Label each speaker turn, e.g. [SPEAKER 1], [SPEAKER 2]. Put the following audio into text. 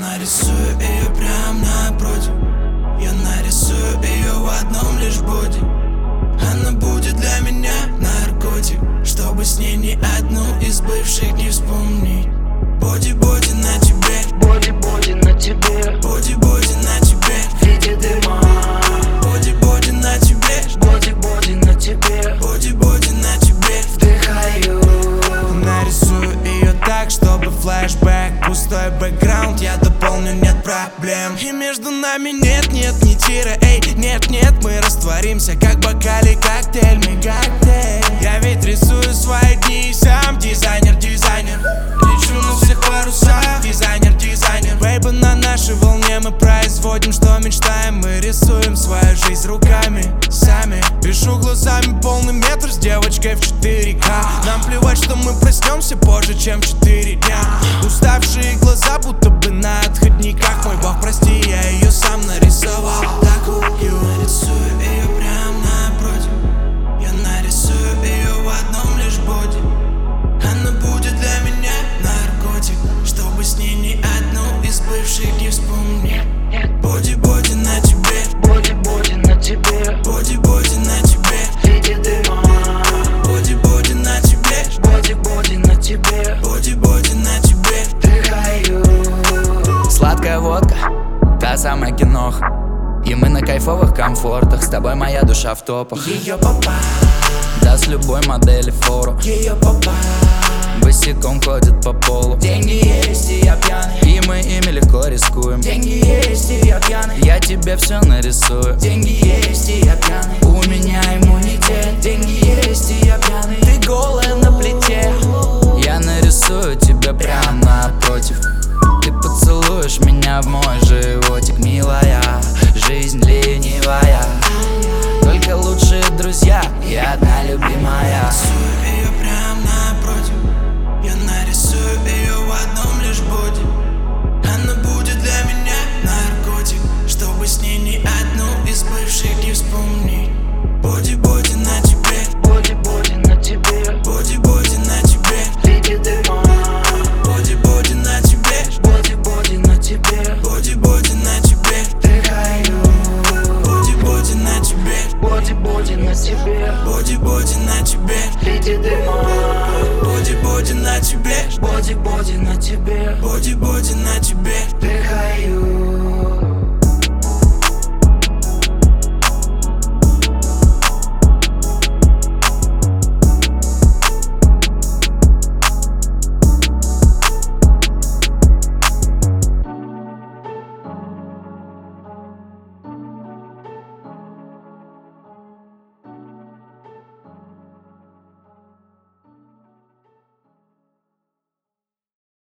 [SPEAKER 1] нарисую ее прям напротив Я нарисую ее в одном лишь боди Она будет для меня наркотик Чтобы с ней ни одну из бывших не вспомнить Боди-боди на тебе
[SPEAKER 2] Боди-боди на тебе
[SPEAKER 1] Боди-боди на тебе
[SPEAKER 2] в виде дыма
[SPEAKER 1] Боди-боди на тебе
[SPEAKER 2] Боди-боди на тебе
[SPEAKER 1] Боди-боди на тебе
[SPEAKER 2] вдыхаю
[SPEAKER 1] Нарисую ее так, чтобы флешбэк Пустой бэкграунд, я дополню, нет проблем И между нами нет, нет, не тира, эй Нет, нет, мы растворимся, как бокали коктейль Мы коктейль Я ведь рисую свои дни и сам дизайнер, дизайнер Лечу на всех парусах, дизайнер, дизайнер Вейбы на нашей волне мы производим, что мечтаем Мы рисуем свою жизнь руками, сами Пишу глазами полный метр с девочкой в 4К Нам плевать, что мы проснемся позже, чем в 4 дня Уставшие глаза, будто бы на отходниках Мой бог, прости, я ее сам нарисовал Такую нарисую ее прям напротив Я нарисую ее в одном лишь боди она будет для меня наркотик Чтобы с ней ни одну из бывших не вспомнить Боди-боди на тебе
[SPEAKER 2] Боди-боди на тебе
[SPEAKER 1] Боди-боди на тебе
[SPEAKER 2] в виде дыма
[SPEAKER 1] Боди-боди на тебе
[SPEAKER 2] Боди-боди на тебе
[SPEAKER 1] Боди-боди на тебе
[SPEAKER 2] вдыхаю
[SPEAKER 3] Сладкая водка, та самая киноха И мы на кайфовых комфортах С тобой моя душа в топах
[SPEAKER 1] Ее попа,
[SPEAKER 3] Даст любой модели фору
[SPEAKER 1] ее попа
[SPEAKER 3] Босиком ходит по полу
[SPEAKER 1] Деньги есть и я пьяный
[SPEAKER 3] И мы ими легко рискуем
[SPEAKER 1] Деньги есть и я пьяный
[SPEAKER 3] Я тебе все нарисую
[SPEAKER 1] Деньги есть и я